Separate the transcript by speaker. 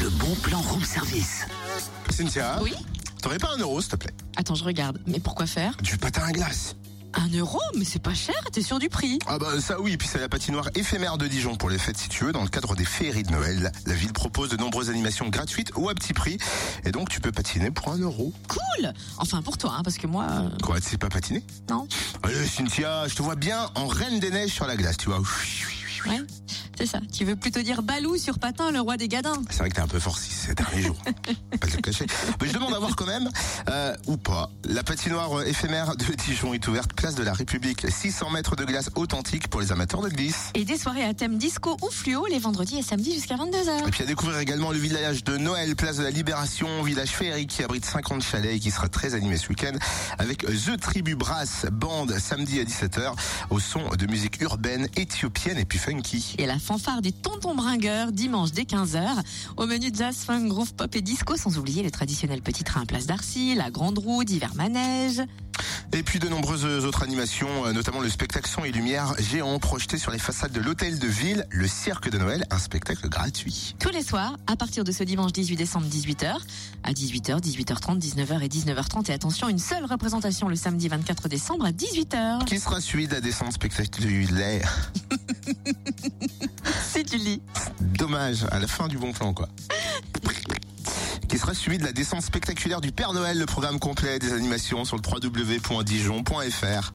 Speaker 1: Le bon plan room service.
Speaker 2: Cynthia
Speaker 3: Oui
Speaker 2: T'aurais pas un euro, s'il te plaît
Speaker 3: Attends, je regarde. Mais pourquoi faire
Speaker 2: Du patin à glace.
Speaker 3: Un euro Mais c'est pas cher, t'es sûr du prix
Speaker 2: Ah bah ça oui, puis c'est la patinoire éphémère de Dijon pour les fêtes si tu veux. Dans le cadre des féeries de Noël, la ville propose de nombreuses animations gratuites ou à petit prix. Et donc tu peux patiner pour un euro.
Speaker 3: Cool Enfin, pour toi, hein, parce que moi... euh,
Speaker 2: Quoi, tu sais pas patiner
Speaker 3: non
Speaker 2: Allez Cynthia, je te vois bien en reine des neiges sur la glace, tu vois.
Speaker 3: Ouais, c'est ça. Tu veux plutôt dire Balou sur patin, le roi des gadins
Speaker 2: C'est vrai que t'es un peu forci ces derniers jours. pas te le cacher. Mais je demande à voir quand même, euh, ou pas. La patinoire éphémère de Dijon est ouverte place de la République. 600 mètres de glace authentique pour les amateurs de glisse.
Speaker 3: Et des soirées à thème disco ou fluo les vendredis et samedis jusqu'à 22h.
Speaker 2: Et puis à découvrir également le village de Noël, place de la Libération, village féerique qui abrite 50 chalets et qui sera très animé ce week-end avec The Tribu Brass Band samedi à 17h au son de musique urbaine, éthiopienne et puis funky.
Speaker 3: Et la fanfare des tontons bringueurs dimanche dès 15h. Au menu jazz, funk, groove, pop et disco, sans oublier les traditionnels petits trains place d'Arcy, la grande roue, divers manèges.
Speaker 2: Et puis de nombreuses autres animations, euh, notamment le spectacle son et lumière géant projeté sur les façades de l'hôtel de ville, le cirque de Noël, un spectacle gratuit.
Speaker 3: Tous les soirs, à partir de ce dimanche 18 décembre 18h, à 18h, 18h30, 19h et 19h30. Et attention, une seule représentation le samedi 24 décembre à 18h.
Speaker 2: Qui sera suivi de la descente spectaculaire.
Speaker 3: C'est du lit.
Speaker 2: Dommage, à la fin du bon plan, quoi. Qui sera suivi de la descente spectaculaire du Père Noël, le programme complet des animations sur le www.dijon.fr.